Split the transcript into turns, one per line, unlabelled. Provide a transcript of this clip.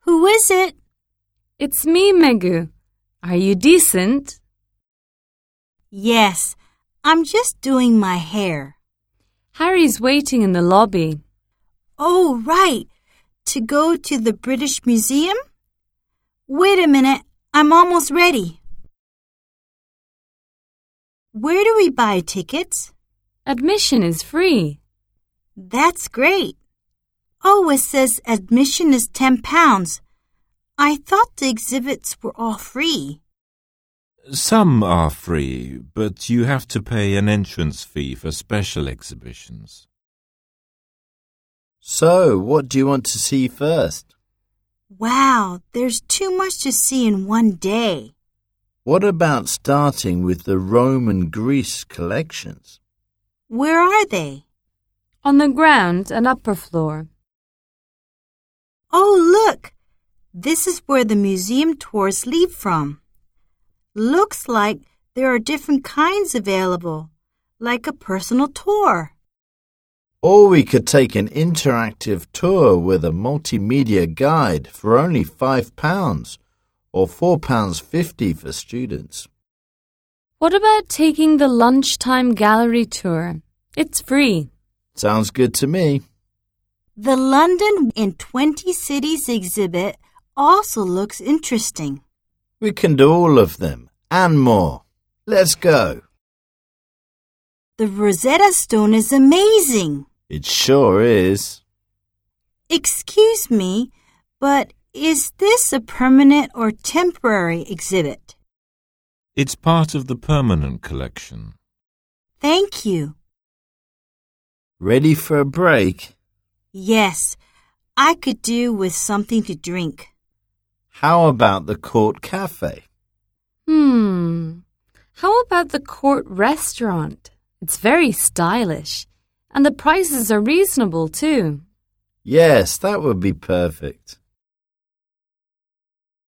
Who is it?
It's me, Megu. Are you decent?
Yes, I'm just doing my hair.
Harry's waiting in the lobby.
Oh, right. To go to the British Museum? Wait a minute. I'm almost ready. Where do we buy tickets?
Admission is free.
That's great. Oh, it says admission is £10. I thought the exhibits were all free.
Some are free, but you have to pay an entrance fee for special exhibitions.
So, what do you want to see first?
Wow, there's too much to see in one day.
What about starting with the Rome and Greece collections?
Where are they?
On the ground and upper floor.
Oh, look! This is where the museum tours leave from. Looks like there are different kinds available, like a personal tour.
Or we could take an interactive tour with a multimedia guide for only £5 or £4.50 for students.
What about taking the lunchtime gallery tour? It's free.
Sounds good to me.
The London in 20 Cities exhibit also looks interesting.
We can do all of them and more. Let's go.
The Rosetta Stone is amazing.
It sure is.
Excuse me, but is this a permanent or temporary exhibit?
It's part of the permanent collection.
Thank you.
Ready for a break?
Yes, I could do with something to drink.
How about the court cafe?
Hmm. How about the court restaurant? It's very stylish. And the prices are reasonable, too.
Yes, that would be perfect.